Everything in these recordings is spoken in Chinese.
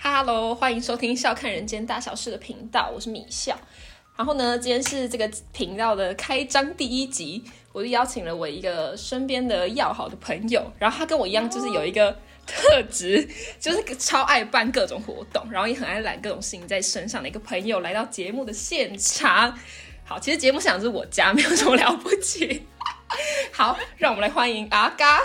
Hello，欢迎收听《笑看人间大小事》的频道，我是米笑。然后呢，今天是这个频道的开张第一集，我就邀请了我一个身边的要好的朋友，然后他跟我一样，就是有一个特质，就是超爱办各种活动，然后也很爱揽各种事情在身上的一个朋友来到节目的现场。好，其实节目现场是我家，没有什么了不 起。好，让我们来欢迎阿嘎。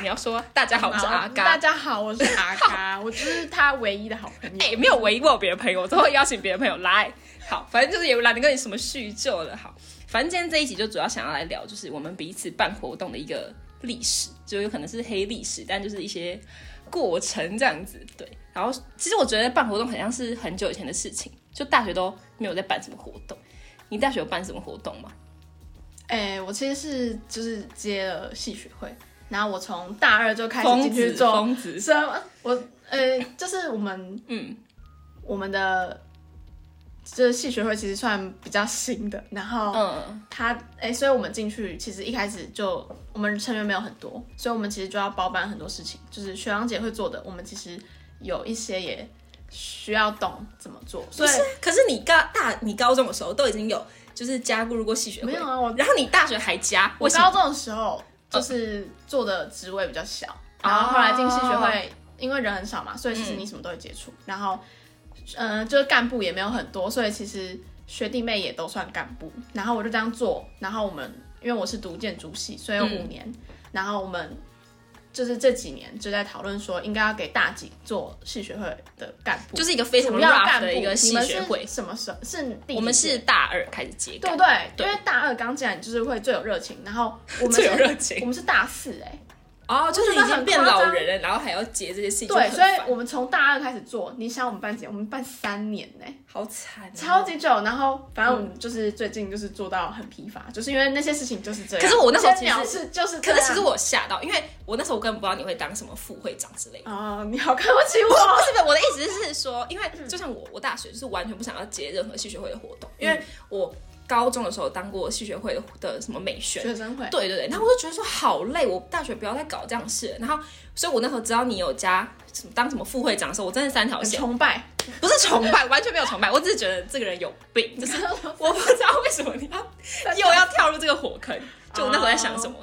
你要说大家好，我是阿嘎。大家好，我是阿嘎，我就是他唯一的好朋友。哎、没有围过别的朋友，我都会邀请别的朋友来。好，反正就是也懒得跟你什么叙旧了。好，反正今天这一集就主要想要来聊，就是我们彼此办活动的一个历史，就有可能是黑历史，但就是一些过程这样子。对，然后其实我觉得办活动好像是很久以前的事情，就大学都没有在办什么活动。你大学有办什么活动吗？哎、我其实是就是接了戏学会，然后我从大二就开始疯进去子，做疯子，什么？我呃，就是我们嗯，我们的就是戏学会其实算比较新的，然后嗯，他哎、所以我们进去其实一开始就我们成员没有很多，所以我们其实就要包办很多事情，就是学长姐会做的，我们其实有一些也需要懂怎么做，所不以是，啊可是你高大你高中的时候都已经有就是加入过戏学会，没有啊，我然后你大学还加，我为什么？高中的时候就是做的职位比较小，啊然后后来进戏学会，因为人很少嘛，所以其实你什么都会接触。然后，嗯、呃，就是干部也没有很多，所以其实学弟妹也都算干部。然后我就这样做，然后我们因为我是读建筑系，所以有五年，嗯然后我们。就是这几年就在讨论说，应该要给大几做系学会的干部，就是一个非常主要 rough 干部的一个你系们学会是。什么时候？是第一我们届是大二开始接对干不，对？对因为大二刚进来，你就是会最有热情，然后我们最有是热情我们是大四哎、哦，就是我觉已得经很变夸张老人了，然后还要接这些戏，对，就所很以烦我们从大二开始做。你想我们办几年？我们办三年呢、好惨哦，超级久。然后反正我们就是最近就是做到很疲乏，就是因为那些事情就是这样。可是我那时候些鸟其实事就是这可样，是其实我有吓到，因为我那时候我根本不知道你会当什么副会长之类的。哦，你好看不起不 我。是不是，我的意思是说，因为嗯就像我，我大学就是完全不想要接任何戏学会的活动，因为嗯我高中的时候当过戏学会的什么美宣，学生会，对对对，然后我就觉得说好累，我大学不要再搞这样的事了。然后，所以我那时候知道你有加什么当什么副会长的时候，我真的三条很线，崇拜。不是崇拜，完全没有崇拜，我只是觉得这个人有 病，就是我不知道为什 么你要又要跳入这个火 坑。就我那时候在想什么，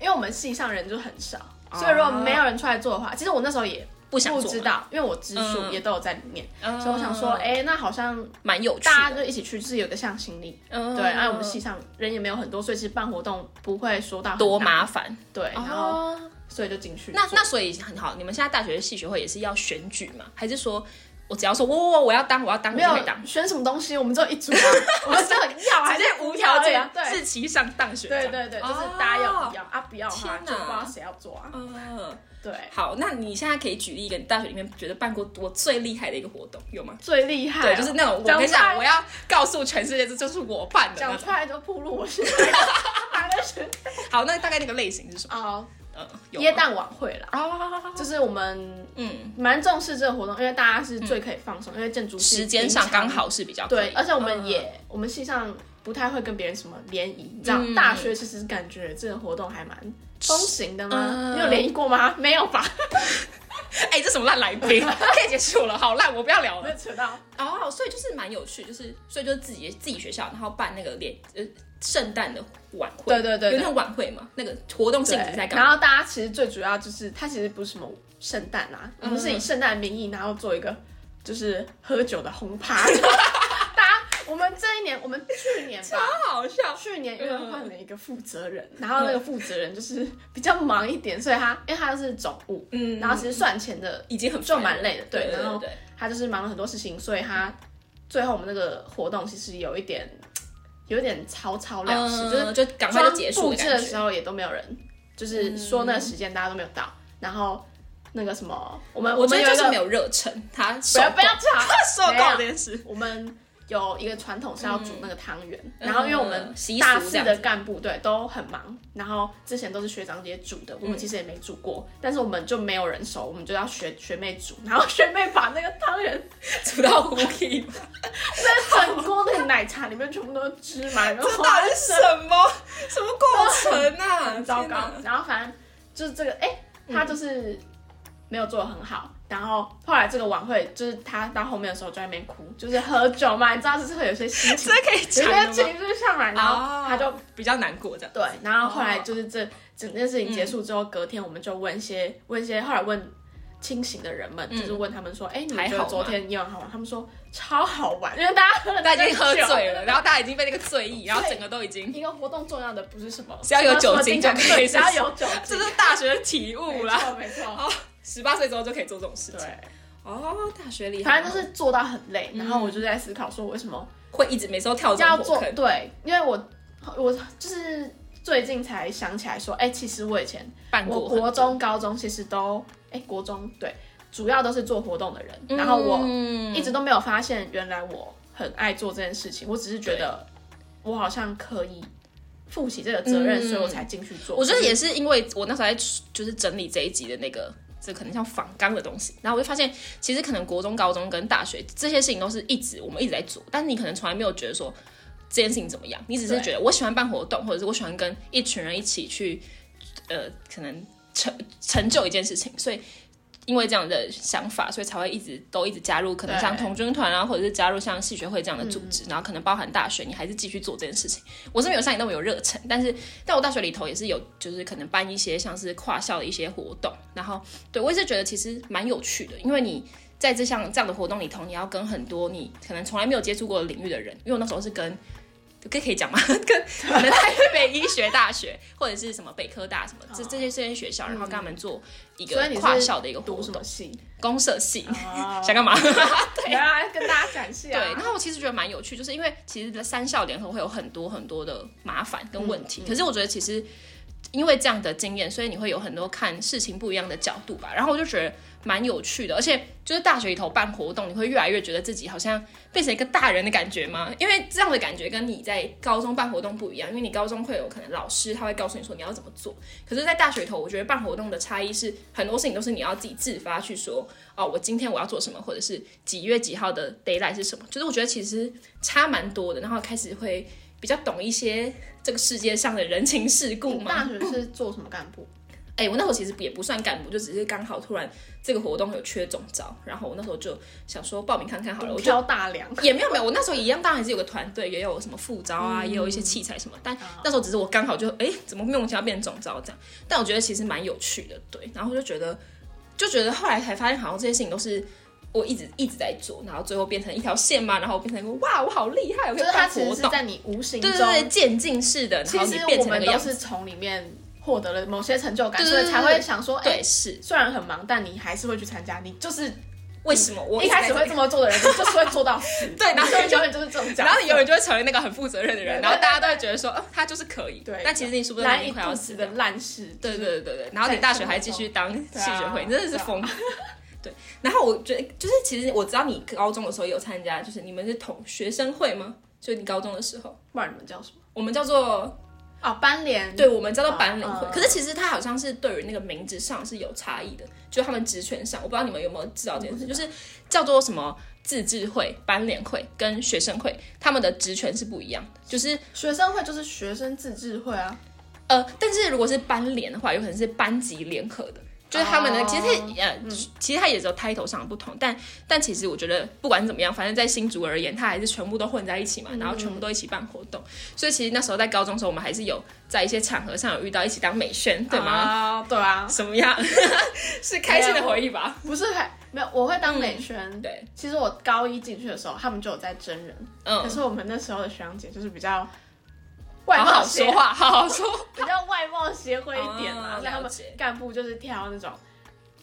因为我们系上人就很少，哦所以如果没有人出来做的话，其实我那时候也不想做知道，因为我支数也都有在里面，嗯所以我想说，哎、那好像蛮有趣大的。家就一起去，就是有个向心力。嗯对，啊然后我们系上人也没有很多，所以其实办活动不会说到很多大麻烦。对，然后、哦，所以就进去。那那所以很好，你们现在大学的系学会也是要选举嘛？还是说我只要说我我我要当我要当我没就有可以当？选什么东西，我们只有 一组啊，我们只有要还还是是无不条要而已件啊对自其上当选这对样？对对，就哦是大家要不要啊？不要的话天就哪不知道谁要做啊。嗯，对，好，那你现在可以举例一个你大学里面觉得办过多最厉害的一个活动，有吗？最厉害对，啊就是那种我讲跟你出讲，来我要告诉全世界，这就是我办的那讲种。出来都暴露 我是哪个学好，那大概那个类型是什么？哦，嗯，有吗椰蛋晚会啦，哦，就是我们嗯，蛮重视这个活动，因为大家是最可以放松，因为建筑系时间上平常刚好是比较可对，以而且我们嗯也、我们系上不太会跟别人什么联谊，你知道、嗯大学其实感觉这个活动还蛮风行的吗？嗯你有联谊过吗？ 没有吧？哎，这什么烂来宾？ 可以结束了，好烂，我不要聊没了有。扯到，哦，所以就是蛮有趣，就是所以就是自己自己学校，然后办那个联呃圣诞的晚会，对对对对有点晚会嘛，那个活动性质在对。干然嘛？后大家其实最主要就是，它其实不是什么圣诞啦，我们是以圣诞的名义，然后做一个就是喝酒的轰趴。大家，我们这一年，我们去年吧，超啊好笑，去年因为换了一个负责人，然后那个负责人就是比较忙一点，所以他因为他是总务，嗯然后其实算钱的已经很就烦蛮了累的对对对然对后对。他就是忙了很多事情，所以他最后我们那个活动其实有一点有一点草草了事，就是就赶快就结束装的布置感的觉时。候也都没有人，就是说那个时间大家都没有到，然后那个什么，我们嗯我觉得们就有一是个没有热忱，他不受要不要吵， 受够没这有件事。我们有一个传统是要煮那个汤圆，然后因为我们嗯习俗大这四样的干部对都很忙，然后之前都是学长姐煮嗯的，我们其实也没煮过，但是我们就没有人熟，我们就要学学妹煮，然后学妹把那个汤圆 煮到糊里，那整锅的奶茶里面全部都是芝麻，然 后这到底是什么什么过程啊？很糟天糕哪。然后反正就是这个，哎、他就是没有做的很好。然后后来这个晚会，就是他到后面的时候就在那边哭，就是喝酒嘛，你知道，就是会有些心这情，可以有讲些的吗情绪上来，然哦后他就比较难过这样。对，然后后来就是这整件事情结束之后，隔天我们就问一些问一些，后来问清醒的人们，就是问他们说，哎、你嗯还觉好得吗昨天夜晚好玩？他们说超好玩，因为大家喝了大家已经喝酒醉了，然后大家已经被那个醉意，然后整个都已经，一个活动重要的不是什么，只要有酒精就什么可以对只要有酒这精，是大学的体 悟啦。没错，没好错，十八岁之后就可以做这种事情。对，哦，大学里反正就是做到很累，然后嗯我就在思考说，为什么会一直每次都跳这要种做火坑。对，因为我我就是最近才想起来说，哎、其实我以前办我过很国中、高中其实都，哎、国中对，主要都是做活动的人，嗯然后我一直都没有发现，原来我很爱做这件事情，我只是觉得我好像可以负起这个责任，嗯所以我才进去做。我觉得就是也是因为我那时候在就是整理这一集的那个，这可能像仿纲的东西，然后我就发现，其实可能国中、高中跟大学这些事情都是一直我们一直在做，但你可能从来没有觉得说这件事情怎么样，你只是呃觉对得我喜欢办活动，或者是我喜欢跟一群人一起去，呃，可能成成就一件事情，所以。因为这样的想法，所以才会一直都一直加入，可能像对嗯童军团啊，或者是加入像戏学会这样的组织，然后可能包含大学，你还是继续做这件事情。我是没有像你那么有热忱，但是但我大学里头也是有，就是可能办一些像是跨校的一些活动，然后对我也是觉得其实蛮有趣的，因为你在这项这样的活动里头，你要跟很多你可能从来没有接触过的领域的人，因为我那时候是跟。可以可以讲吗？ 跟可能台北医学大学或者是什么北科大什么这这些这些学校，然后跟他们做一哦所个以你是跨校的一个活读什动么， 系？公社系哦想干嘛？对，来跟大家展示啊。对，然后我其实觉得蛮有趣，就是因为其实三校联合会有很多很多的麻烦跟问题，可是我觉得其实因为这样的经验，所以你会有很多看事情不一样的角度吧。然后我就觉得蛮有趣的，而且就是大学里头办活动，你会越来越觉得自己好像变成一个大人的感觉吗？因为这样的感觉跟你在高中办活动不一样，因为你高中会有可能老师他会告诉你说你要怎么做，可是，在大学里头，我觉得办活动的差异是很多事情都是你要自己自发去说，哦，我今天我要做什么，或者是几月几号的 d a y l i g h t 是什么，就是我觉得其实差蛮多的，然后开始会比较懂一些这个世界上的人情世故你嘛。大学是做什么干部？哎、我那时候其实也不算干部，就只是刚好突然这个活动有缺总招，然后我那时候就想说报名看看好了，我就挑大梁。 也没有没有，我那时候一样，当然是有个团队，也有什么副招啊，嗯也有一些器材什么，但啊那时候只是我刚好就哎、怎么莫名其妙变成总招这样？但我觉得其实蛮有趣的，对，然后我就觉得就觉得后来才发现，好像这些事情都是。我一直一直在做，然后最后变成一条线嘛，然后我变成一个哇，我好厉害，我可就以是它办其活实是动，在你无形对中，对对，渐进式的，然其后你实变我成那们个都样子，是从里面获得了某些成就感，对所对以对才会想说，哎，对，是虽然很忙，但你还是会去参加。你就是为什么我嗯一开始直在会这么做的人， 你就是会做到死。对， 然后 你就就永远就是这种角色，然后你永远就会成为那个很负责任的人，对然后大家都会觉得说，哦，他就是可以。对但其实你是不是来已一经快要肚死子了的？烂事。对就是对对对，然后你大学还继续当对戏啊学会，你真的是疯。 对，然后我觉得就是，其实我知道你高中的时候有参加，就是你们是同学生会吗？就你高中的时候，不然你们叫什么？我们叫做，哦，班联。对，我们叫做班领会。嗯嗯可是其实它好像是对于那个名字上是有差异的，就他们职权上，我不知道你们有没有知道这件事，就是叫做什么自治会、班联会跟学生会，他们的职权是不一样的，就是学生会就是学生自治会啊。呃，但是如果是班联的话，有可能是班级联合的，就是他们的、哦其实呃，其实它也只有 title 上的不同，但但其实我觉得不管怎么样，反正在新竹而言，它还是全部都混在一嗯起嘛，然后全部都一起办活动，所以其实那时候在高中的时候，我们还是有在一些场合上有遇到一起当美宣，对吗？啊，对啊，什么样？ 是开心的回忆吧？不是还没有，我会当美宣。嗯对，其实我高一进去的时候，他们就有在真人，可嗯，是我们那时候的学长姐就是比较外好貌好协说话，好好说话。比较外貌协会一点哦啊，所以他了们解干部就是挑那种，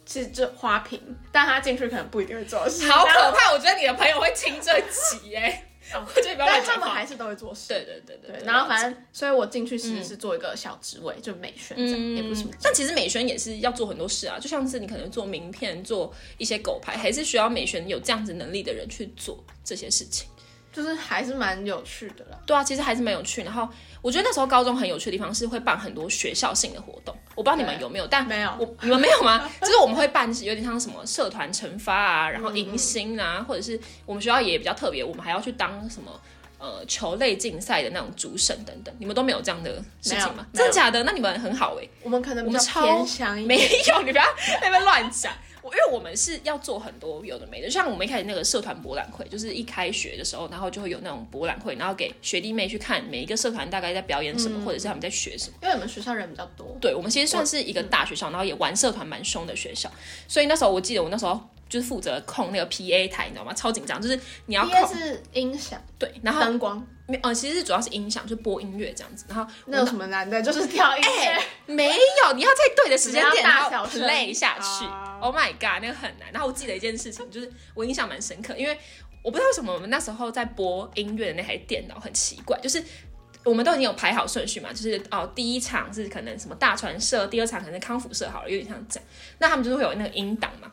其实就花瓶，但他进去可能不一定会做事，好 然可后怕！我觉得你的朋友会听这集耶，哦我觉得你不要但乱他讲们话。还是都会做事。对对对对对对，然了解后反正，所以我进去其实是做一个小职位，就美宣这样，嗯也不是什么。但其实美宣也是要做很多事啊，就像是你可能做名片、做一些狗牌，还是需要美宣有这样子能力的人去做这些事情。就是还是蛮有趣的啦。对啊，其实还是蛮有趣。然后我觉得那时候高中很有趣的地方是会办很多学校性的活动，我不知道你们对有没有，但没有我你们没有吗？就是我们会办有点像什么社团惩罚啊，然后迎新啊，或者是我们学校也比较特别，我们还要去当什么。呃，球类竞赛的那种主审等等，你们都没有这样的事情吗？没有没有真的假的？那你们很好哎、我们可能我比们较超偏向一点，没有，你不要在那边乱讲。我因为我们是要做很多有的没的，像我们一开始那个社团博览会，就是一开学的时候，然后就会有那种博览会，然后给学弟妹去看每一个社团大概在表演什么，或者是他们在学什么。因为你们学校人比较多，对，我们其实算是一个大学校，然后也玩社团蛮凶的学校，所以那时候我记得我那时候就是负责控那个 PA 台，你知道吗？超紧张，就是你要应该控是音响、对，然后灯光，没呃，其实是主要是音响，就播音乐这样子，然后我那有什么难的？就是跳音哎乐。没有，你要在对的时间点，你然要大后小声 play 下去。啊 oh my god，那个很难。然后我记得一件事情，就是我印象蛮深刻，因为我不知道为什么我们那时候在播音乐的那台电脑很奇怪，就是。我们都已经有排好顺序嘛，就是哦，第一场是可能什么大传社，第二场可能康复社，好了，有点像这样。那他们就是会有那个音档嘛，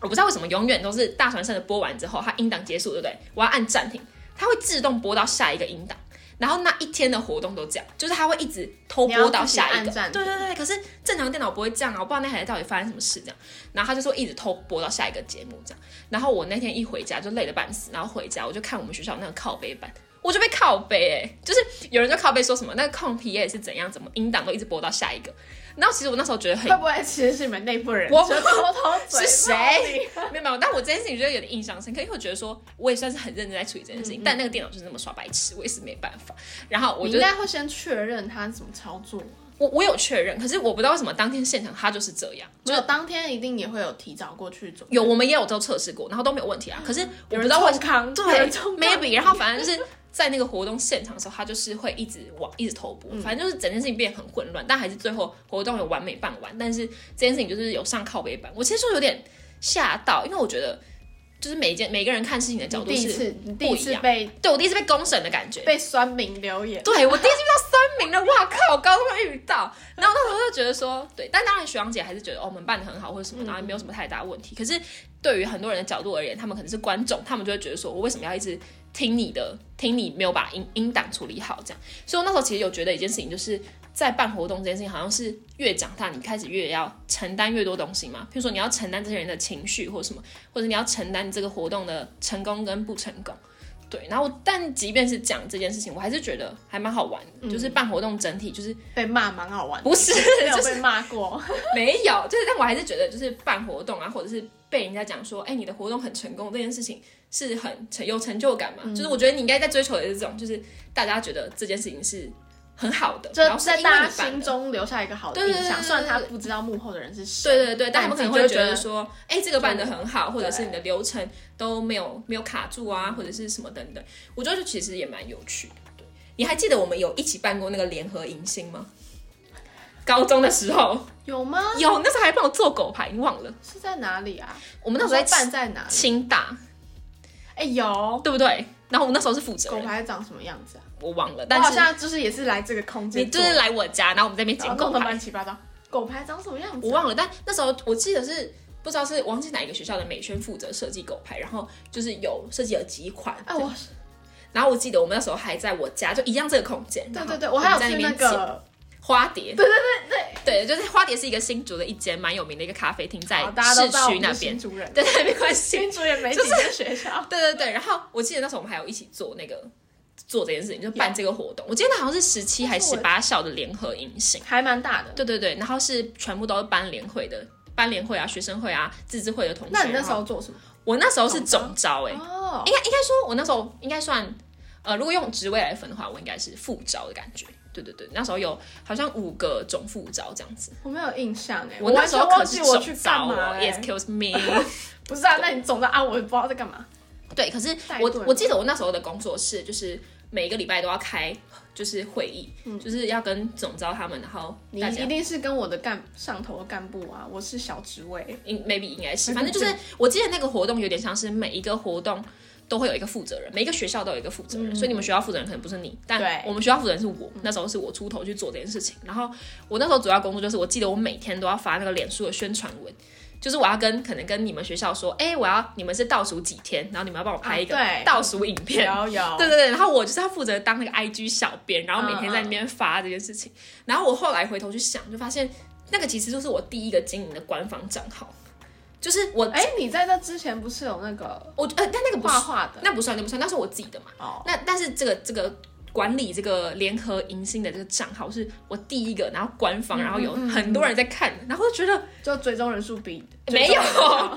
我不知道为什么永远都是大传社的播完之后，它音档结束，对不对？我要按暂停，它会自动播到下一个音档。然后那一天的活动都这样，就是它会一直偷播到下一你要自己个。按暂对停对对，可是正常电脑不会这样啊，我不知道那台到底发生什么事这样。然后他就说一直偷播到下一个节目这样。然后我那天一回家就累得半死，然后回家我就看我们学校那个靠背板，我就被靠背哎、就是有人就靠背说什么那个控 PA 是怎样，怎么音档都一直播到下一个。然后其实我那时候觉得很 会不会其实是你们内部人？我就偷偷嘴是谁炮没有没有，但我这件事情觉得有点印象深刻，因为我觉得说我也算是很认真在处理这件事情，但那个电脑就是那么耍白痴，我也是没办法。然后嗯你？我你就应该会先确认他怎么操作，我我有确认，可是我不知道为什么当天现场他就是这样，没有当天一定也会有提早过去准备。有我们也有都测试过，然后都没有问题啊。可是我有不人知道为什冲么。康，嗯有对人冲康，maybe，然后反正就是在那个活动现场的时候，他就是会一直往一直投嗯播，反正就是整件事情变得很混乱，但还是最后活动有完美办完。但是这件事情就是有上靠背板，我其实就有点吓到，因为我觉得就是每一件每个人看事情的角你度第一是，次，你第一不一次样被对我第一次被公审的感觉，被酸民留言，对我第一次遇到酸民了，哇靠！我高中就遇到，然后那时候就觉得说，对，但当然学长姐还是觉得、哦、我们办的很好或者什么，然后也没有什么太大问题。可是对于很多人的角度而言，他们可能是观众，他们就会觉得说我为什么要一直听你的，听你没有把音音档处理好这样。所以我那时候其实有觉得一件事情，就是在办活动这件事情，好像是越长大你开始越要承担越多东西嘛。譬如说你要承担这些人的情绪或什么，或者你要承担这个活动的成功跟不成功。对，然后但即便是讲这件事情，我还是觉得还蛮好玩的，就是办活动整体就是被骂蛮好玩的。不是嗯没 有就是被骂过，没有，就是但我还是觉得就是办活动啊，或者是被人家讲说，哎、你的活动很成功这件事情是很成有成就感嘛，嗯就是我觉得你应该在追求的是这种，就是大家觉得这件事情是很好的，然就后是在因为大家你办心的。中留下一个好的对印对对象。对虽然他对不知道幕后的人是谁，对对对，但他们可能会觉你得自己说，哎、这个办的很好，对或者是你的流程都没有没有卡住啊，或者是什么等等，我觉得其实也蛮有趣的。对，你还记得我们有一起办过那个联合迎新吗？高中的时候有吗？有，那时候还帮我做狗牌，你忘了？是在哪里啊？我们那时候在办在哪？清大，哎，有对不对？然后我那时候是负责狗人，牌长什么样子啊？我忘了，我但好是像就是也是来这个空间你做，就是来我家，然后我们在那边然捡后弄狗得牌乱，七八糟。狗牌长什么样子啊？我忘了。但那时候我记得是不知道是忘记哪一个学校的美宣负责设计狗牌，然后就是有设计了几款。哎，我然后我记得我们那时候还在我家，就一样这个空间。对然后对对，我还有们在去那边捡个，啊花蝶，对对对对，对，就是花蝶是一个新竹的一间蛮有名的一个咖啡厅，在好大家都市知道我区们那是新边。竹人，对对，没关系。新竹也没几间学校，对对对，然后我记得那时候我们还有一起做那个做这件事情，就办这个活动。我记得那好像是十七还是十哦八校的联合迎新，还蛮大的。对对对，然后是全部都是班联会的。班联会啊，学生会啊，自治会的同学。那你那时然后候做什么？我那时候是总招哎、哦，应该应该说，我那时候应该算，呃，如果用职位来分的话，我应该是副招的感觉。对对对，那时候有好像五个总副招这样子。我没有印象哎，我那完时全候忘可记是我总去干招嘛哦了。欸，excuse me。 不是啊，那你总的啊，我也不知道在干嘛。对，可是带队我吗我记得我那时候的工作室就是每个礼拜都要开，就是会议，就是要跟总招他们，然后嗯你大一家。定是跟我的干上头的干部啊，我是小职位。应 maybe 应该是，反正就是我记得那个活动有点像是每一个活动都会有一个负责人，每一个学校都有一个负责人，所以你们学校负责人可能不是你，但嗯对我们学校负责人是我，那时候是我出头去做这件事情。然后我那时候主要工作就是，我记得我每天都要发那个脸书的宣传文，就是我要跟可能跟你们学校说，哎、我要你们是倒数几天，然后你们要帮我拍一个啊对倒数影片，有有对对对，然后我就是要负责当那个 IG 小编，然后每天在那边发这件事情。然后我后来回头去想，就发现那个其实就是我第一个经营的官方账号，就是我哎，你在那之前不是有那个我呃，但那个不画是画的？那不算，那不算，那是我自己的嘛。哦，那但是这个这个管理这个联合迎新的这个账号，是我第一个，然后官方，然后有很多人在看，然后就觉得就追踪人数 比没有，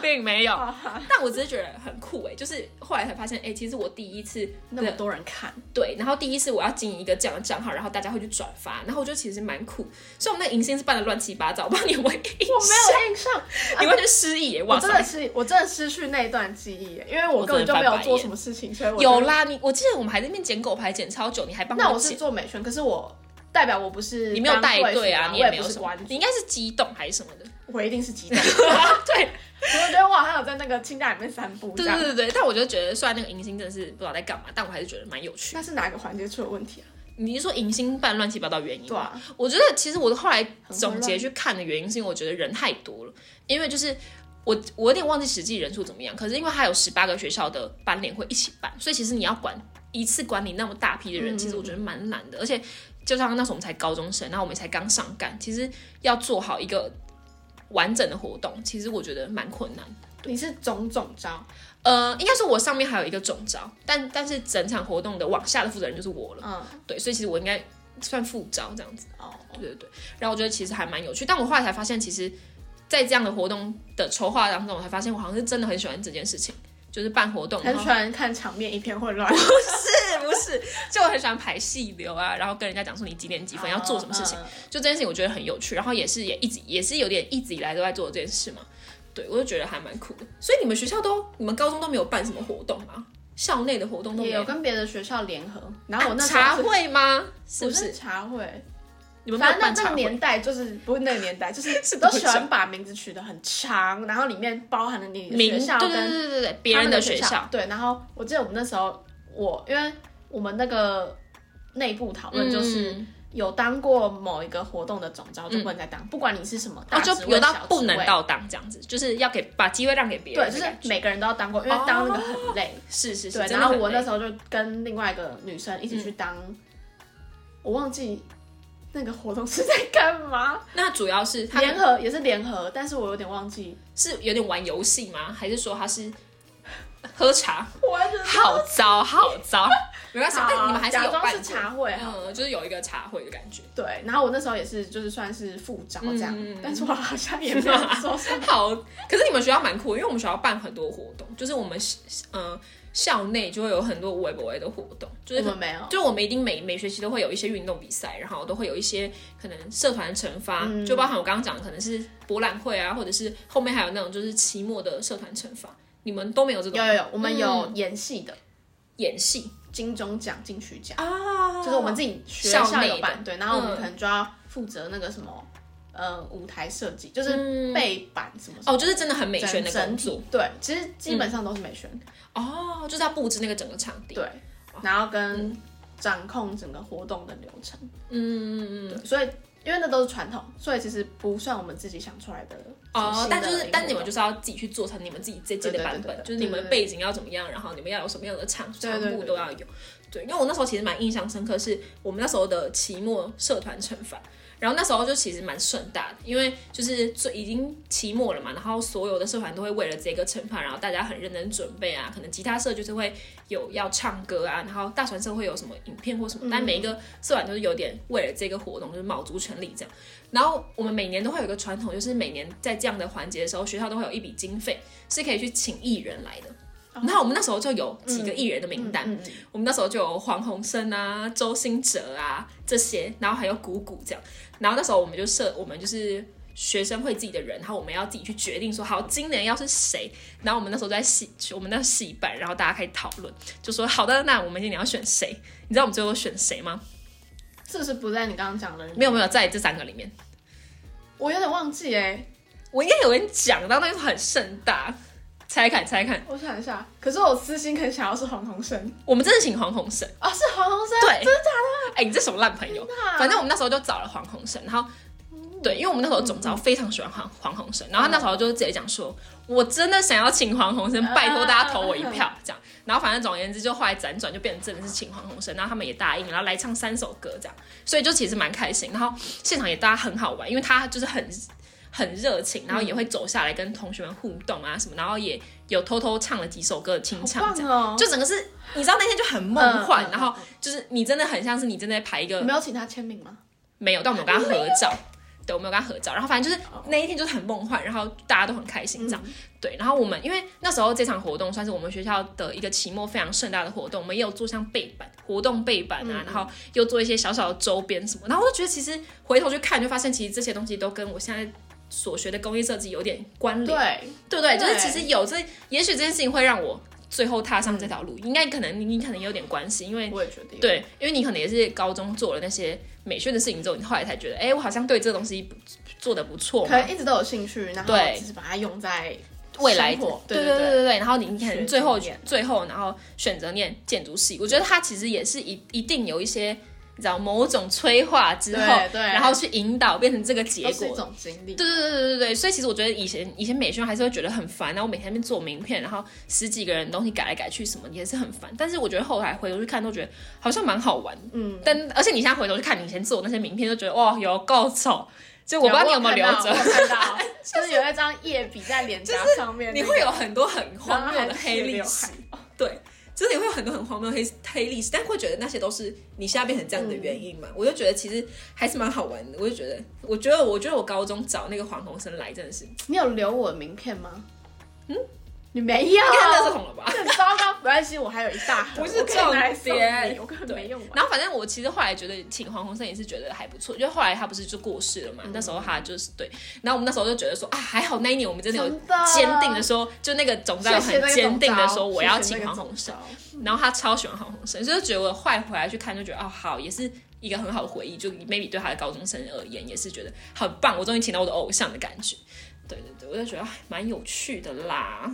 并没有， 但我只是觉得很酷哎、就是后来才发现，哎、其实我第一次那么的多人看，对，然后第一次我要经营一个这样的账号，然后大家会去转发，然后我觉得其实蛮酷，所以我们那个迎新是办的乱七八糟，我不知道你有没有印 我象，没有印象，你完全失忆耶，哇我真的塞！失，我真的失去那一段记忆耶，因为我我根本只就能没有翻白做眼什么事情，所以我有就。啦，你我记得我们还在那边剪狗牌剪超久，你还帮那我剪是，做美宣，可是我代表我不是你没有当带会队辅啊，导你我也没有不是什么关，你应该是激动还是什么 的，我一定是鸡蛋。对，我觉得我好像有在那个清单里面散步这对样对。对对，但我就觉得，虽然那个迎新真的是不知道在干嘛，但我还是觉得蛮有趣的。那是哪个环节出了问题啊？你是说迎新办乱七八糟原因吗？对啊，我觉得其实我后来混总结乱去看的原因，是因为我觉得人太多了，因为就是。我我有点忘记实际人数怎么样，可是因为它有十八个学校的班联会一起办，所以其实你要管一次管理那么大批的人，嗯其实我觉得蛮难的。而且就像那时候我们才高中生，然后我们才刚上干，其实要做好一个完整的活动，其实我觉得蛮困难的。你是种种招，呃，应该说我上面还有一个总招，但但是整场活动的往下的负责人就是我了，嗯，对，所以其实我应该算副招这样子，哦，对对对。然后我觉得其实还蛮有趣，但我后来才发现，其实，在这样的活动的筹划当中，我才发现我好像是真的很喜欢这件事情，就是办活动，很然后喜欢看场面一片 混乱，是不是？ 就我很喜欢排戏流啊，然后跟人家讲说你几点几分要做什么事情，嗯？就这件事情我觉得很有趣，然后也是也一直也是有点一直以来都在做这件事嘛，对我就觉得还蛮酷的。所以你们学校都你们高中都没有办什么活动吗？校内的活动都没也有跟别的学校联合，然后我那时候茶是会吗？是不不是？茶会？你们没反有正那办那茶个会？年代就是不是那个年代，就是 是都多久喜欢把名字取得很长，然后里面包含了你的名学对校对对跟对对对，别人的学学校，对，然后我记得我们那时候，我因为我们那个内部讨论就是。嗯有当过某一个活动的总招就不能再当，不管你是什么大哦，职就位、有到小职不能位到当这样子，就是要给把机会让给别对，人就的是感觉。每个人都要当过，因为当那个很累。是是是，对，真然的后很我那累嗯时候就跟另外一个女生一起去当，我忘记那个活动是在干嘛，那主要是 他联合也是联合，但是我有点忘记，是有点玩游戏吗？还是说他是喝茶？我完全好糟，好糟，没关系，但你们还是啊假有装办是过茶会啊。嗯，就是有一个茶会的感觉，对，然后我那时候也是，就是算是副招这样，嗯。但是我好像也没有说什么好。可是你们学校蛮酷的，因为我们学校办很多活动，就是我们呃校内就会有很多微博的活动， 就是我们没有，就我们一定每每学期都会有一些运动比赛，然后都会有一些可能社团惩罚，嗯就包含我刚刚讲的可能是博览会啊，或者是后面还有那种就是期末的社团惩罚，你们都没有这种有有有，我们有演戏的，演戏金钟奖、金曲奖，啊就是我们自己学校校内有办，的对，然后我嗯们可能就要负责那个什么，呃，舞台设计，嗯就是背板什么什么。哦，就是真的很美宣整的整工体作对，其实基本上都是美宣，哦，就是要布置那个整个场地，对，然后跟掌控整个活动的流程，嗯嗯嗯嗯嗯，对，所以因为那都是传统，所以其实不算我们自己想出来的哦，但就是但你们就是是要自己去做成你们自己这届的对对对版对本，对就是你们背景要怎么样，然后你们要有什么样的场对场对对布对都要有。对，因为我那时候其实蛮印象深刻，是我们那时候的期末社团惩罚，然后那时候就其实蛮盛大的，因为就是最已经期末了嘛，然后所有的社团都会为了这个惩罚，然后大家很认真准备啊，可能吉他社就是会有要唱歌啊，然后大船社会有什么影片或什么，但每一嗯个社团都是有点为了这个活动就是卯足全力这样。然后我们每年都会有一个传统，就是每年在这样的环节的时候，学校都会有一笔经费是可以去请艺人来的。然后我们那时候就有几个艺人的名单，嗯嗯我们那时候就有黄鸿升啊、周兴哲啊这些，然后还有谷谷这样。然后那时候我们就设，我们就是学生会自己的人，然后我们要自己去决定说，好，今年要是谁。然后我们那时候在戏，我们那戏班，然后大家开始讨论，就说好的，那我们今年要选谁？你知道我们最后选谁吗？是不是不在你刚刚讲的人？没有没有，在这三个里面，我有点忘记哎，我应该有人讲到那个很盛大。猜看，猜看，我想一下，可是我私心很想要是黄鸿升我们真的请黄鸿升。啊，是黄鸿升，对真的假哎、你这什么烂朋友？的？啊反正我们那时候就找了黄鸿升，然后哦对，因为我们那时候总招嗯非常喜欢黄黄鸿升，然后他那时候就直接讲说，我真的想要请黄鸿升，拜托大家投我一票嗯这样。然后反正总而言之，就后来辗转就变成真的是请黄鸿升，然后他们也答应，然后来唱三首歌这样，所以就其实蛮开心。然后现场也大家很好玩，因为他就是很很热情，然后也会嗯走下来跟同学们互动啊什么，然后也有偷偷唱了几首歌的清唱，这样、棒哦就整个是你知道那天就很梦幻，嗯嗯嗯然后就是你真的很像是你正在排一个你没有请他签名吗？没有，但我们有跟他合照。对，我们有跟他合照，然后反正就是那一天就是很梦幻，然后大家都很开心这样。对，然后我们因为那时候这场活动算是我们学校的一个期末非常盛大的活动，我们也有做像背板活动背板啊，然后又做一些小小的周边什么。然后我就觉得其实回头去看，就发现其实这些东西都跟我现在所学的工业设计有点关联。对，对不对？对就是其实有这，也许这件事情会让我最后踏上这条路，应该可能你你可能有点关系，因为我也觉得。，对，因为你可能也是高中做了那些美宣的事情之后，你后来才觉得，哎，我好像对这个东西不做的不错可嘛，能一直都有兴趣，然后对只是把它用在未来生活对对对对对对对，然后你你可学能最后经验最后然后选择念建筑系，我觉得它其实也是一一定有一些。你知道某种催化之后，对对然后去引导变成这个结都是一果，种经历。对对对对对对，所以其实我觉得以前以前美宣还是会觉得很烦，然后我每天在那边做名片，然后十几个人东西改来改去什么也是很烦。但是我觉得后来回头去看，都觉得好像蛮好玩的。嗯，但而且你现在回头去看你以前做的那些名片，就觉得哇有够丑，就我不知道你有没有留我着，看到，我看到就是有一张叶笔在脸颊上面那 你个，会有很多很荒然谬后的还 黑是历刘史海。对，就是你会有很多很荒谬的黑黑历史，但会觉得那些都是你现在变成这样的原因嘛？我就觉得其实还是蛮好玩的。我就觉得，我觉得，我觉得我高中找那个黄鸿生来真的是，你有留我的名片吗？嗯，你没有， 看那是红了吧？很 糟糕，没关系，我还有一大盒，不是我可以拿来送重点你，我根本对没用完。然后反正我其实后来觉得请黄鸿升也是觉得还不错，因为后来他不是就过世了嘛，那时候嗯他就是对，然后我们那时候就觉得说啊，还好那一年我们真的有真的坚定的说，就那个总教有谢谢很那个坚定的总说招我要谢谢请那个黄总鸿升招，然后他超喜欢黄鸿升，所以就觉得我后来回来去看就觉得哦好，也是一个很好的回忆，就 maybe 对他的高中生而言也是觉得很棒，我终于请到我的偶像的感觉。对对对，我就觉得哎蛮有趣的啦。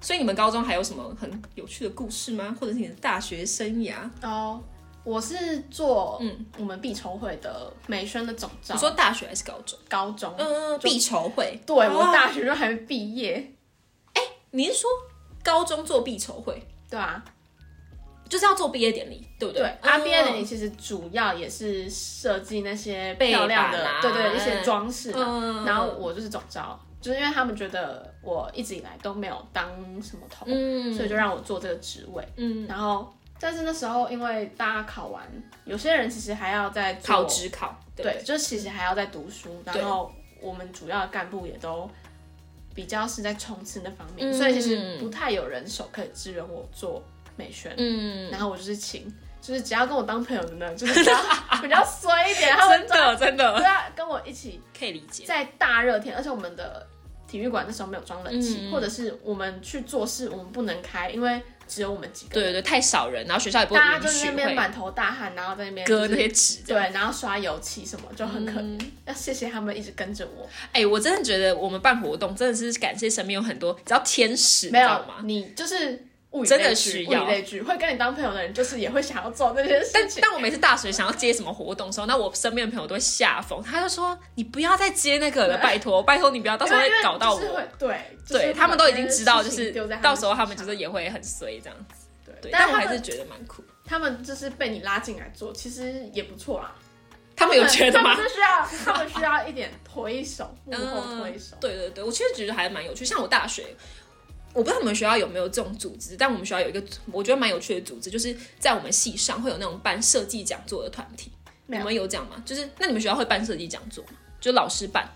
所以你们高中还有什么很有趣的故事吗？或者是你的大学生涯？哦。我是做嗯嗯我们必筹会的美宣的总招，你说大学还是高中？高中，嗯，就必筹会。哦对我大学就还没毕业，你是说高中做必筹会，对啊，就是要做毕业典礼，对不嗯对对？啊，毕业典礼礼，其实主要也是设计那些背漂亮的板啊，对对，一些装饰嘛，嗯然后我就是总招，就是因为他们觉得我一直以来都没有当什么头，嗯所以就让我做这个职位。嗯，然后，但是那时候因为大家考完，有些人其实还要再做考，职考，对不对，就是其实还要再读书。对然后我们主要的干部也都比较是在冲刺那方面，嗯所以其实不太有人手可以支援我做美宣。对，嗯，然后我就是请，就是只要跟我当朋友的呢，就是比较 比较衰一点，他们真的真只的要跟我一起可以理解，在大热天，而且我们的体育馆那时候没有装冷气，嗯或者是我们去做事，我们不能开，因为只有我们几个对人，对对，太少人，然后学校也不会大家允就在许那边会满头大汗，然后在那边、就割是、那些纸，对，然后刷油漆什么，就很可嗯怜。要谢谢他们一直跟着我，哎，我真的觉得我们办活动真的是感谢身边有很多，只要天使，没你知道有吗？你就是物以真的类聚，需物以要类聚，会跟你当朋友的人，就是也会想要做这些事但情。但我每次大学想要接什么活动的时候，那我身边的朋友都会吓疯，他就说：“你不要再接那个了，拜托，拜托你不要，到时候啊因为搞到我。就是会对，就是对会他们把都已这经些知道，就事情是丢在到时候他们身就是也会很衰这样子。上对对，但但我他还们是觉得蛮酷。他们就是被你拉进来做，其实也不错啦。他们有觉得吗他？们需要，他们需要一点推手，幕嗯后推手。对对对，我其实觉得还蛮有趣。像我大学，我不知道你们学校有没有这种组织，但我们学校有一个我觉得蛮有趣的组织，就是在我们系上会有那种办设计讲座的团体。没你有们有讲吗？就是那你们学校会办设计讲座吗？就老师办？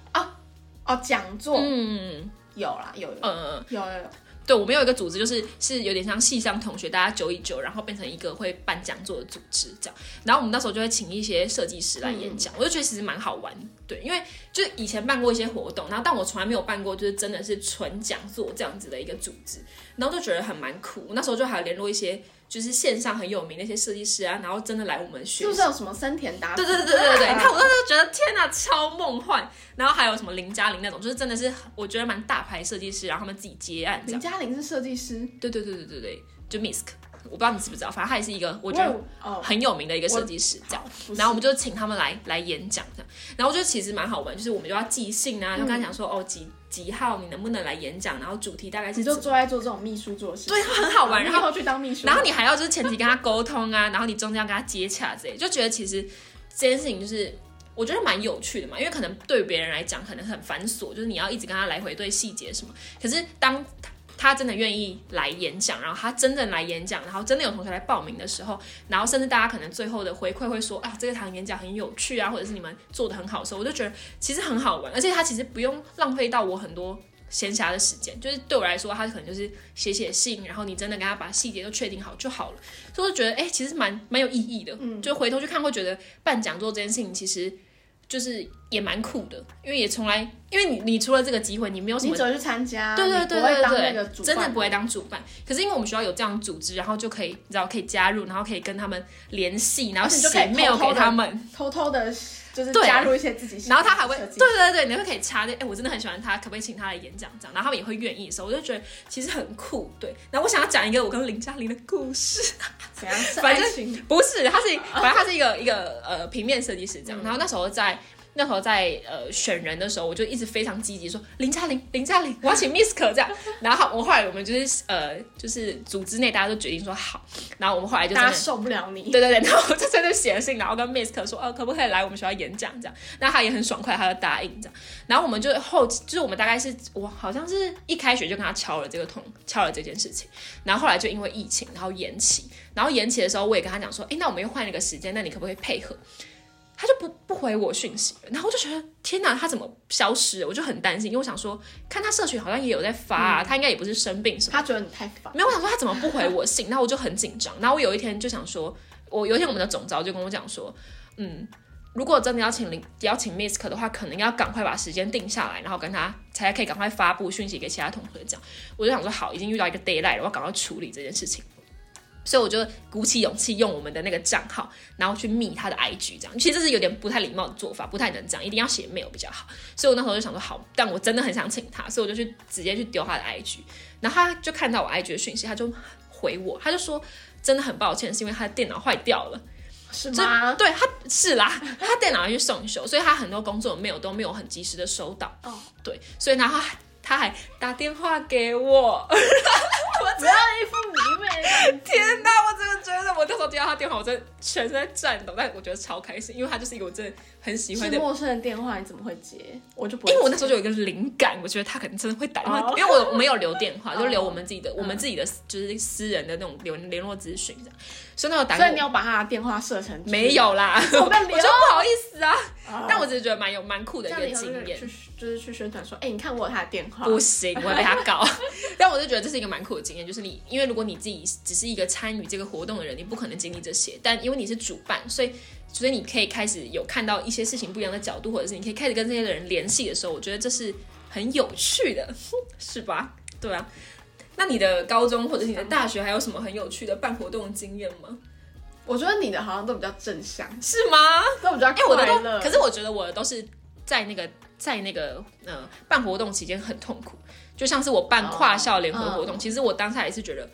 哦，讲座、嗯有啦，有有嗯嗯。有有有，对，我们有一个组织，就是是有点像系上同学，大家久一久，然后变成一个会办讲座的组织这样。然后我们那时候就会请一些设计师来演讲，我就觉得其实蛮好玩。对，因为就以前办过一些活动，然后但我从来没有办过，就是真的是纯讲座这样子的一个组织，然后就觉得很蛮酷。那时候就还有联络一些就是线上很有名的一些设计师啊，然后真的来我们学是不是有什么森田达？啊对对对对对对，你看我当时就觉得天哪，超梦幻。然后还有什么林嘉玲那种，就是真的是我觉得蛮大牌设计师，然后他们自己接案这样林。嘉玲是设计师，对对对对对对，就 Misk，我不知道你知不知道，反正他也是一个我我觉得有哦，很有名的一个设计师这样。好，不是然后我们就请他们来来演讲这样，然后就其实蛮好玩，就是我们就要寄信啊，就跟他讲说、哦几几号你能不能来演讲，然后主题大概是嗯怎你就嗯么最爱做这种秘书做的事，对，，很好玩，然你后以后去当秘书，然后你还 要就是前期跟他沟通啊，然后你中间要跟他接洽之类，就觉得其实这件事情就是我觉得蛮有趣的嘛，因为可能对别人来讲可能很繁琐，就是你要一直跟他来回对细节什么。可是当他他真的愿意来演讲，然后他真的来演讲，然后真的有同学来报名的时候，然后甚至大家可能最后的回馈会说啊，这个堂演讲很有趣啊，或者是你们做的很好的时候，我就觉得其实很好玩，而且他其实不用浪费到我很多闲暇的时间，就是对我来说，他可能就是写写信，然后你真的跟他把细节都确定好就好了，所以我就觉得哎、其实蛮蛮有意义的，嗯，就回头去看会觉得办讲座这件事情其实。就是也蛮酷的，因为也从来，因为你你除了这个机会，你没有什你么只会去参加，对对你对不会对当那个对主真的办不会当主办。可是因为我们学校有这样的组织，然后就可以，你知道可以加入，然后可以跟他们联系，然后而且你写就可以 mail 啊偷偷给地他们，偷偷的，就是对加入一些自己喜然欢后的他设计，还会，对对对，你会可以查的，哎，我真的很喜欢他，可不可以请他来演讲这样？然后他们也会愿意的时候，我就觉得其实很酷，对。然后我想要讲一个我跟林嘉玲的故事。怎样是反爱正情， 不是，他是反正他是一个一个呃平面设计师这样。然后那时候在那时候在呃选人的时候，我就一直非常积极说林嘉玲，林嘉玲，我要请 Miss 可这样。 然后我后来我们就是呃就是组织内大家都决定说好，然后我们后来就真大家的。受不了你，对对对， 然后我就真的写了信，然后跟 Miss 可说，呃，可不可以来我们学校演讲这样？那他也很爽快，他就答应这样。然后我们就后，就是我们大概是我好像是一开学就跟他敲了这个通，敲了这件事情。然后后来就因为疫情，然后延期。然后延期的时候，我也跟他讲说，哎，那我们又换一个时间，那你可不可以配合？他就不不回我讯息了，然后我就觉得天哪，他怎么消失了？我就很担心，因为我想说，看他社群好像也有在发、啊，他应该也不是生病什么的。他觉得你太烦，没有，我想说他怎么不回我信，然 后我就很紧张。然后我有一天就想说，我有一天我们的总招就跟我讲说，嗯，如果真的要请林邀请 Misk 的话，可能要赶快把时间定下来，然后跟他才可以赶快发布讯息给其他同学讲。我就想说，好，已经遇到一个 d a y l i g h t 了，我要赶快处理这件事情。所以我就鼓起勇气用我们的那个账号，然后去密他的 IG 这样。其实这是有点不太礼貌的做法，不太能这样，一定要写 mail 比较好。所以我那时候就想说，好，但我真的很想请他，所以我就去直接去丢他的 IG。然后他就看到我 IG 的讯息，他就回我，他就说真的很抱歉，是因为他的电脑坏掉了。是这吗？对，他是啦， 他电脑要去送修，所以他很多工作没有都没有很及时的收到。哦，对，所以然后他他还打电话给我， 不要一副迷妹的样子，天哪！我真的觉得我那时候接到他电话，我真的全身在颤抖，但我觉得超开心，因为他就是一个我真的很喜欢是的。陌生的电话你怎么会接？我就不会因接，为我那时候就有一个灵感，我觉得他可能真的会打电话哦因为我我没有留电话，就留哦我们自己的、我们自己的就是私人的那种联联络资讯这样，所以那时候打给所我以你要把他的电话设成哦没，有啦，我被 我留就不好意思啊。啊但我只是觉得蛮有蛮酷的这一个样以后就经是验去。就是去宣传说，哎，你看我有他的电话，不行，我会被他 搞。但我就觉得这是一个蛮酷的经验，就是你，因为如果你自己只是一个参与这个活动的人，你不可能经历这些。但因为你是主办，所以所以你可以开始有看到一些事情不一样的角度，或者是你可以开始跟这些人联系的时候，我觉得这是很有趣的， 是吧？对啊。那你的高中或者是你的大学还有什么很有趣的办活动的经验吗？ 我觉得你的好像都比较正向，是吗？都比较哎、啊我的快乐。都，可是我觉得我的都是在那个在那个呃办活动期间很痛苦，就像是我办哦跨校联嗯合活动，其实我当下也是觉得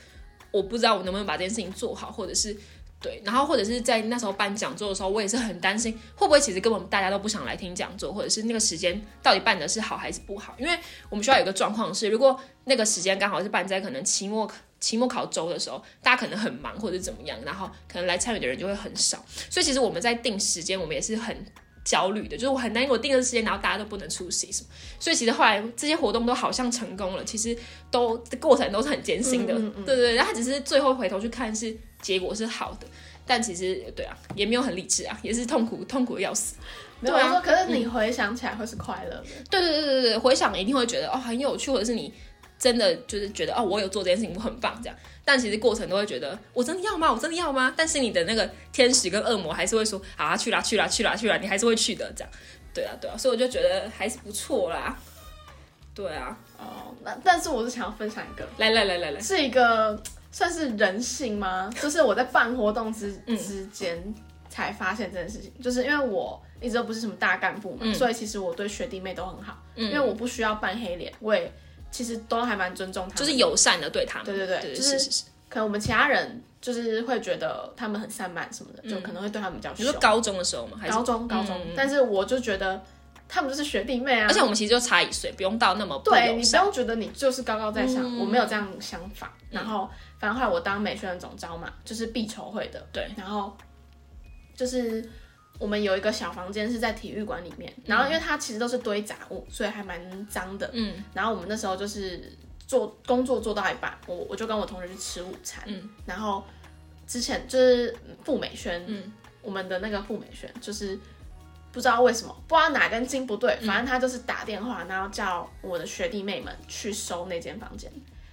我不知道我能不能把这件事情做好，或者是。对，然后或者是在那时候办讲座的时候，我也是很担心会不会其实根本大家都不想来听讲座，或者是那个时间到底办的是好还是不好？因为我们学校有一个状况是，如果那个时间刚好是办在可能期末期末考周的时候，大家可能很忙或者怎么样，然后可能来参与的人就会很少。所以其实我们在定时间，我们也是很焦虑的，就是我很担心我定了时间，然后大家都不能出席什么。所以其实后来这些活动都好像成功了，其实都这过程都是很艰辛的，嗯嗯嗯对对对。然后只是最后回头去看是结果是好的，但其实对啊，也没有很理智啊，也是痛苦痛苦的要死。没有对我啊说，可是你回想起来会是快乐的，对对对对对，回想一定会觉得哦很有趣，或者是你真的就是觉得哦我有做这件事情，我很棒这样。但其实过程都会觉得我真的要吗？我真的要吗？但是你的那个天使跟恶魔还是会说啊去啦去啦去啦去啦，你还是会去的这样。对啊对啊，所以我就觉得还是不错啦。对啊，哦，那但是我是想要分享一个，来来来来来， 是一个算是人性吗？就是我在办活动之嗯之间才发现这件事情，就是因为我一直都不是什么大干部嘛，嗯所以其实我对学弟妹都很好，因为我不需要扮黑脸，我也其实都还蛮尊重他们，就是友善的对他们。对对对对，就是是是是。可能我们其他人就是会觉得他们很散漫什么的，就可能会对他们比较嗯你凶说。高中的时候吗？还是嗯高中高中，但是我就觉得他们就是学弟妹啊，而且我们其实就差一岁，不用到那么不对友你不善。嗯用觉得你就是高高在上，我没有这样想法。然后，反正后来我当美宣的总招嘛，就是必筹会的。对，然后就是我们有一个小房间是在体育馆里面，然后因为它其实都是堆杂物，所以还蛮脏的。嗯，然后我们那时候就是做工作做到一半，我我就跟我同学去吃午餐。嗯，然后之前就是傅美轩，嗯，我们的那个傅美轩就是不知道为什么，不知道哪根筋不对，嗯反正他就是打电话，然后叫我的学弟妹们去收那间房间。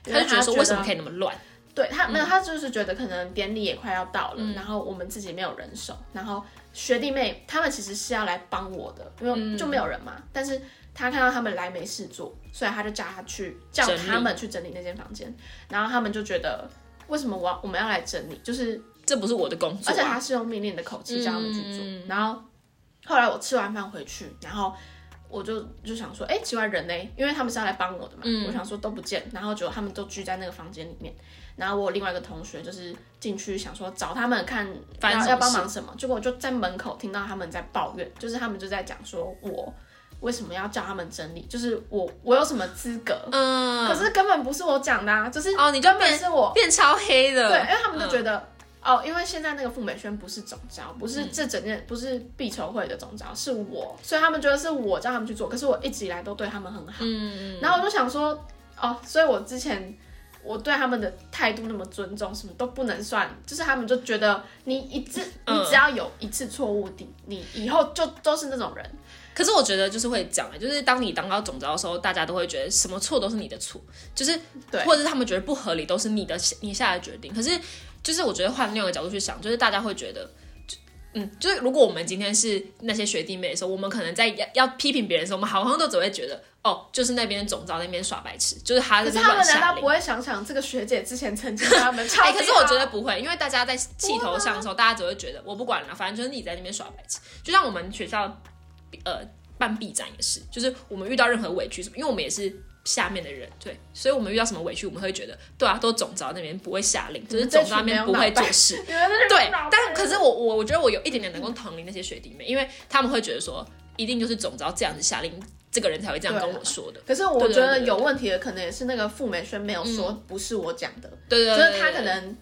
因他就觉得说为什么以？可以那么乱？对他没有，他就是觉得可能典礼也快要到了，然后我们自己没有人手，然后学弟妹他们其实是要来帮我的，因为就没有人嘛。但是他看到他们来没事做，所以他就叫他去叫整理他们去整理那间房间，然后他们就觉得为什么我要我们要来整理，就是这不是我的工作而啊、嗯且他是用命令的口气叫他们去做。然后后来我吃完饭回去，然后我就就想说，哎、奇怪人呢？因为他们是要来帮我的嘛，嗯我想说都不见，然后结果他们都聚在那个房间里面。然后我有另外一个同学就是进去想说找他们看发生什么要事要帮忙什么，结果我就在门口听到他们在抱怨，就是他们就在讲说我为什么要叫他们整理，就是我我有什么资格？嗯，可是根本不是我讲的啊，就是哦你就根本变是我变超黑的，嗯对，因为他们就觉得、哦，因为现在那个傅美轩不是总招，不嗯是这整件、不是必筹会的总招，是我，所以他们觉得是我叫他们去做，可是我一直以来都对他们很好，嗯，然后我就想说，哦，所以我之前。我对他们的态度那么尊重，什么都不能算，就是他们就觉得你一次，嗯你只要有一次错误，你你以后就都是那种人，可是我觉得就是会讲、欸，就是当你当到总招的时候，大家都会觉得什么错都是你的错，就是对或者是他们觉得不合理都是你的你下的决定。可是就是我觉得换另外一个角度去想，就是大家会觉得。就嗯，就是如果我们今天是那些学弟妹的时候，我们可能在要要批评别人的时候，我们好像都只会觉得，哦，就是那边总招那边耍白痴，就是他可在那是他边们乱难下道令不。会想想这个学姐之前曾经跟他们 超级哎、好、可是我觉得不会，因为大家在气头上的时候，大家只会啊觉得我不管了，反正就是你在那边耍白痴。就像我们学校，呃，办 B 展也是，就是我们遇到任何委屈什么，因为我们也是下面的人，对，所以我们遇到什么委屈，我们会觉得，对啊，都总招那边不会下令，就是总招那边不会做事。你们这 群对老，但可人是我我我觉得我有一点点能够同理那些学弟妹，因为他们会觉得说，一定就是总招这样子下令，这个人才会这样跟我说的。可是我对对觉对得对有问题的，可能也是那个傅美轩没有说，不是我讲的，对对就对是他可能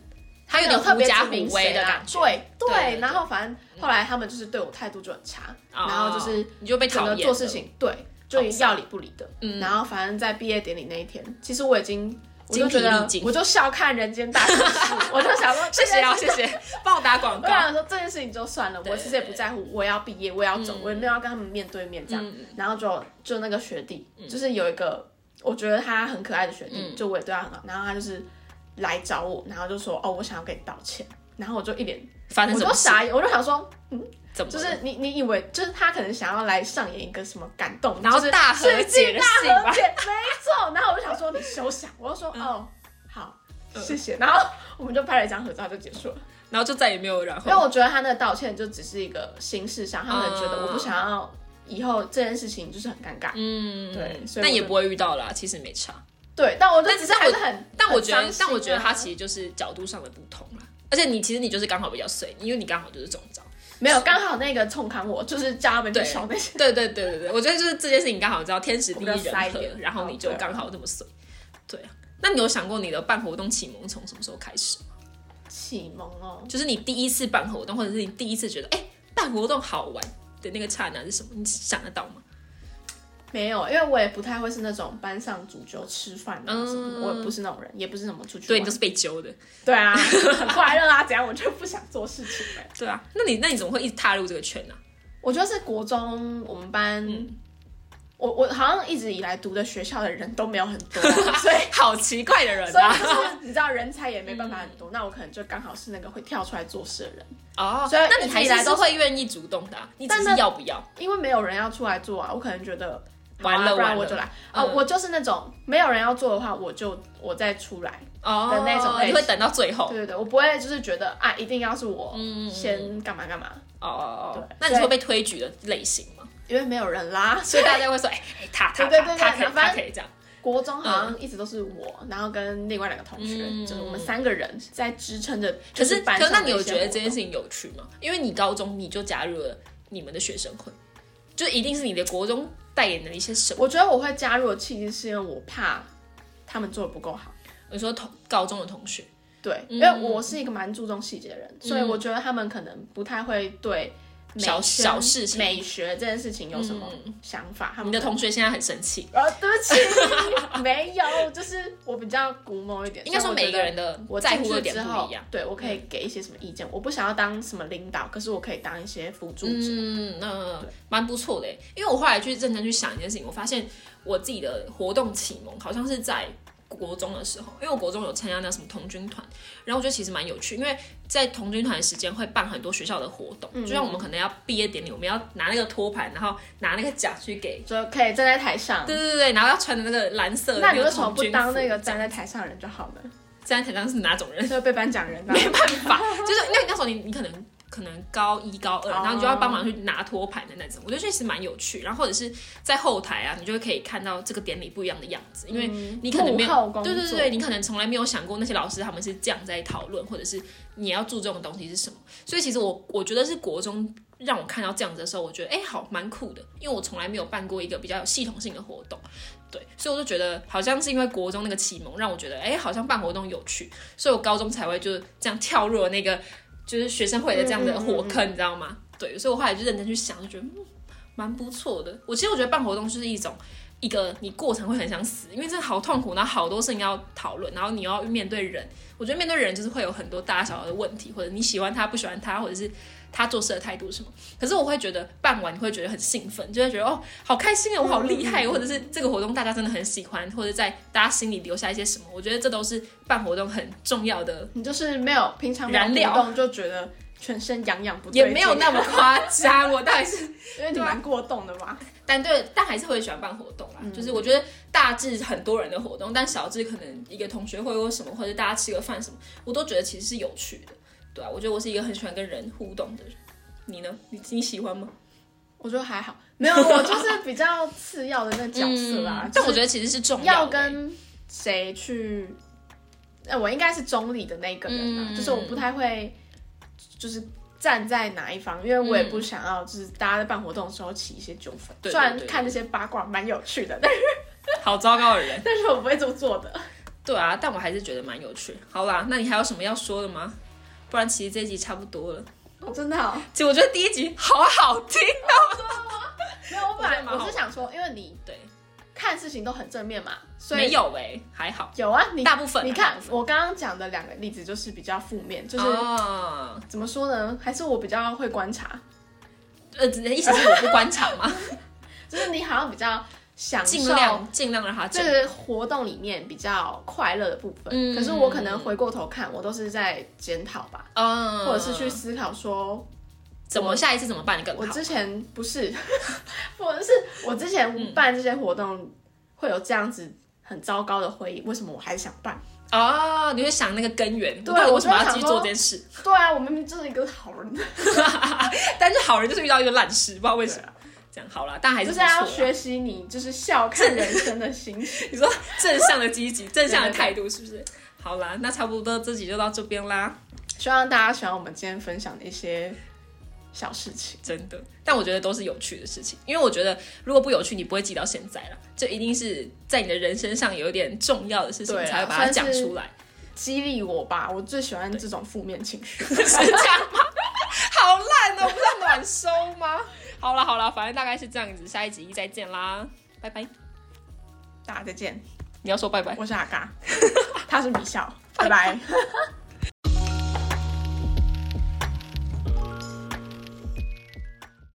他有没点特狐别假指虎明威谁的啊感觉，对对对对对。然后反正后来他们就是对我态度就很差，然后就是哦你就被整讨个厌做事了情对就要理不理的。嗯然后反正在毕业典礼那一天，其实我已经。我就觉精疲得力，尽我就笑看人间大小事，我就想说， 谢谢啊，谢谢，帮我打广我告。想说这件事情就算了，对我其实也不在乎，我要毕业，我要嗯走，我也没有要跟他们面对面这样。然后就就那个学弟，嗯就是有一个我觉得他很可爱的学弟，就我也对他很好。然后他就是来找我，然后就说哦，我想要跟你道歉。然后我就一脸，发生我什就么事？嗯傻眼，我就想说，怎么了？就是你你以为就是他可能想要来上演一个什么感动，然后就是大和世纪解的戏啊大和吧？嗯解，没错。然后我就想说你休想，我就说哦好，谢谢。然后我们就拍了一张合照就结束了。然后就再也没有然因为后。我觉得他那个道歉就只是一个形式上，他们觉得我不想要以后这件事情就是很尴尬。嗯，对所以我但也就不会遇到啦，其实没差。对，但我就但只是是还是很，但我觉很得伤，心啊但我觉得他其实就是角度上的不同啦。而且你其实你就是刚好比较碎，因为你刚好就是中招。 没有刚好那个冲康我，就是叫他们去对收那些。对对对对对，我觉得就是这件事情刚好知道天时地我利比较塞人一和点，然后你就哦对刚好这么碎。啊对啊，那你有想过你的办活动启蒙从什么时候开始吗？启蒙哦，就是你第一次办活动，或者是你第一次觉得哎、办活动好玩的那个刹那是什么？你想得到吗？没有，因为我也不太会是那种班上主揪吃饭啊什么的，嗯我也不是那种人，也不是什么出去对，玩你都。是被揪的。对啊，很快乐啊，怎样我就不想做事情呗。对啊，那你那你怎么会一直踏入这个圈啊呢、我觉得是国中我们班，嗯我我好像一直以来读的学校的人都没有很多啊， 所以好奇怪的人所以啊！就是你知道人才也没办法很 多，那我可能就刚好是那个会跳出来做事的人，哦，所以那你还一直以来是都都会愿意主动的啊、你只但是那要不要？因为没有人要出来做啊，我可能觉得完了好啊不完然了我就来啊，嗯我就是那种没有人要做的话，我就我再出来，哦的那种类型你会等到最后。对对对，我不会就是觉得啊，一定要是嗯我先干嘛干嘛，哦哦哦对，那你是会被推举的类型吗？因为没有人啦， 所以大家会说，哎、 哎他他对对对他他可对以反他正可以这样。国中好像一直都是我，然后跟另外两个同学，嗯就是我们三个人在支撑着，可就是是班可是那上的你一些有觉得这件活事动情有趣吗？因为你高中你就加入了你们的学生会，就一定是你的国中代言的一些什么？我觉得我会加入的契机是因为我怕他们做的不够好。你说同高中的同学，嗯对，因为我是一个蛮注重细节的人，所以我觉得他们可能不太会对美小宣小事情嗯美学这件事情有什么想法？他们你的可能同学现在很生气，啊，对不起， 没有，就是我比较古某一点，应该说每个人的的我在进乎的去点之不后一样。，嗯对我可以给一些什么意见，我不想要当什么领导，可是我可以当一些辅助者，嗯，那蛮不错的耶。因为我后来去认真去想一件事情，我发现我自己的活动启蒙好像是在国中的时候，因为我国中有参加那什么童军团，然后我觉得其实蛮有趣，因为在童军团的时间会办很多学校的活动，就像我们可能要毕业典礼，我们要拿那个托盘，然后拿那个奖去给。就可以站在台上。对对对，然后要穿的那个蓝色的那那你个为什么童不军服。当那个站在台上的人就好呢？站在台上是哪种人？ 就被颁奖人当没办法，就是那那时候你你可能可能高一高二，哦然后你就要帮忙去拿托盘的那种，我觉得确实蛮有趣。然后或者是在后台啊，你就会可以看到这个典礼不一样的样子，因为你可能没幕后有，嗯工作对对对，你可能从来没有想过那些老师他们是这样在讨论，或者是你要注重的东西是什么。所以其实我我觉得是国中。让我看到这样子的时候，我觉得哎、好蛮酷的，因为我从来没有办过一个比较有系统性的活动，对，所以我就觉得好像是因为国中那个启蒙，让我觉得哎、好像办活动有趣，所以我高中才会就是这样跳入了那个就是学生会的这样的火坑，你知道吗？对，所以我后来就认真去想，就觉得嗯，蛮不错的。我其实我觉得办活动就是一种一个你过程会很想死，因为真的好痛苦，然后好多事情要讨论，然后你要面对人。我觉得面对人就是会有很多大大小小的问题，或者你喜欢他不喜欢他，或者是他做事的态度是什么。可是我会觉得办完你会觉得很兴奋，就会觉得哦，好开心啊，我好厉害，或者是这个活动大家真的很喜欢，或者在大家心里留下一些什么。我觉得这都是办活动很重要的你就是没有平常没燃有料活动就觉得全身痒痒不对也劲，没有那么夸张，我到底是，因为你蛮过动的嘛。但对，但还是会喜欢办活动啦。就是我觉得大致很多人的活动，但小至可能一个同学会或什么，或者大家吃个饭什么，我都觉得其实是有趣的。对啊，我觉得我是一个很喜欢跟人互动的人。你呢？你你喜欢吗？我觉得还好，没有，我就是比较次要的那角色啦。嗯但我觉得得其实是重要的跟谁去，呃，我应该是中立的那个人啦，嗯就是我不太会，就是。站在哪一方？因为我也不想要，就是大家在办活动的时候起一些纠纷。嗯对对虽然对看这些八卦蛮有趣的，但 是欸好糟糕的人。但是我不会这么做的。对啊，但我还是觉得蛮有趣。好啦，那你还有什么要说的吗？不然其实这一集差不多了。哦，真的、哦，其实我觉得第一集好好听哦。没有，我本我觉得来蛮好我是想说，因为你对，看事情都很正面嘛，所以没有哎、还好。有啊，你大部分啊你大看部分我刚刚讲的两个例子就是比较负面，就是、哦怎么说呢？还是我比较会观察，呃，意思是我不观察嘛，就是你好像比较享尽受量尽量让他这正。个活动里面比较快乐的部分。嗯可是我可能回过头看，我都是在检讨吧，嗯，或者是去思考说，怎么下一次怎么办得更我好？之前不是， 或者是我之前办这些活动会有这样子很糟糕的回忆，为什么我还想办？哦，你会想那个根源，对我到底为什么我就要想继续说做这件事？ 对啊，我明明就是一个好人，但是好人就是遇到一个烂事，不知道为什对么。这样好啦，但还就是是不错啦要学习你就是笑看人生的心情。你说正向的积极、正向的态度，是不是？好啦，那差不多这集就到这边啦，希望大家喜欢我们今天分享的一些小事情。真的。但我觉得都是有趣的事情，因为我觉得如果不有趣，你不会记到现在啦，这一定是在你的人身上有一点重要的事情，对啊才会把它讲算是出来。 激励我吧，我最喜欢这种负面情绪。是这样吗？好烂哦，不是要 暖收吗？好了好了，反正大概是这样子，下一集再见啦，拜拜。大家再见，你要说拜拜。 我是阿嘎，他是米笑，拜拜。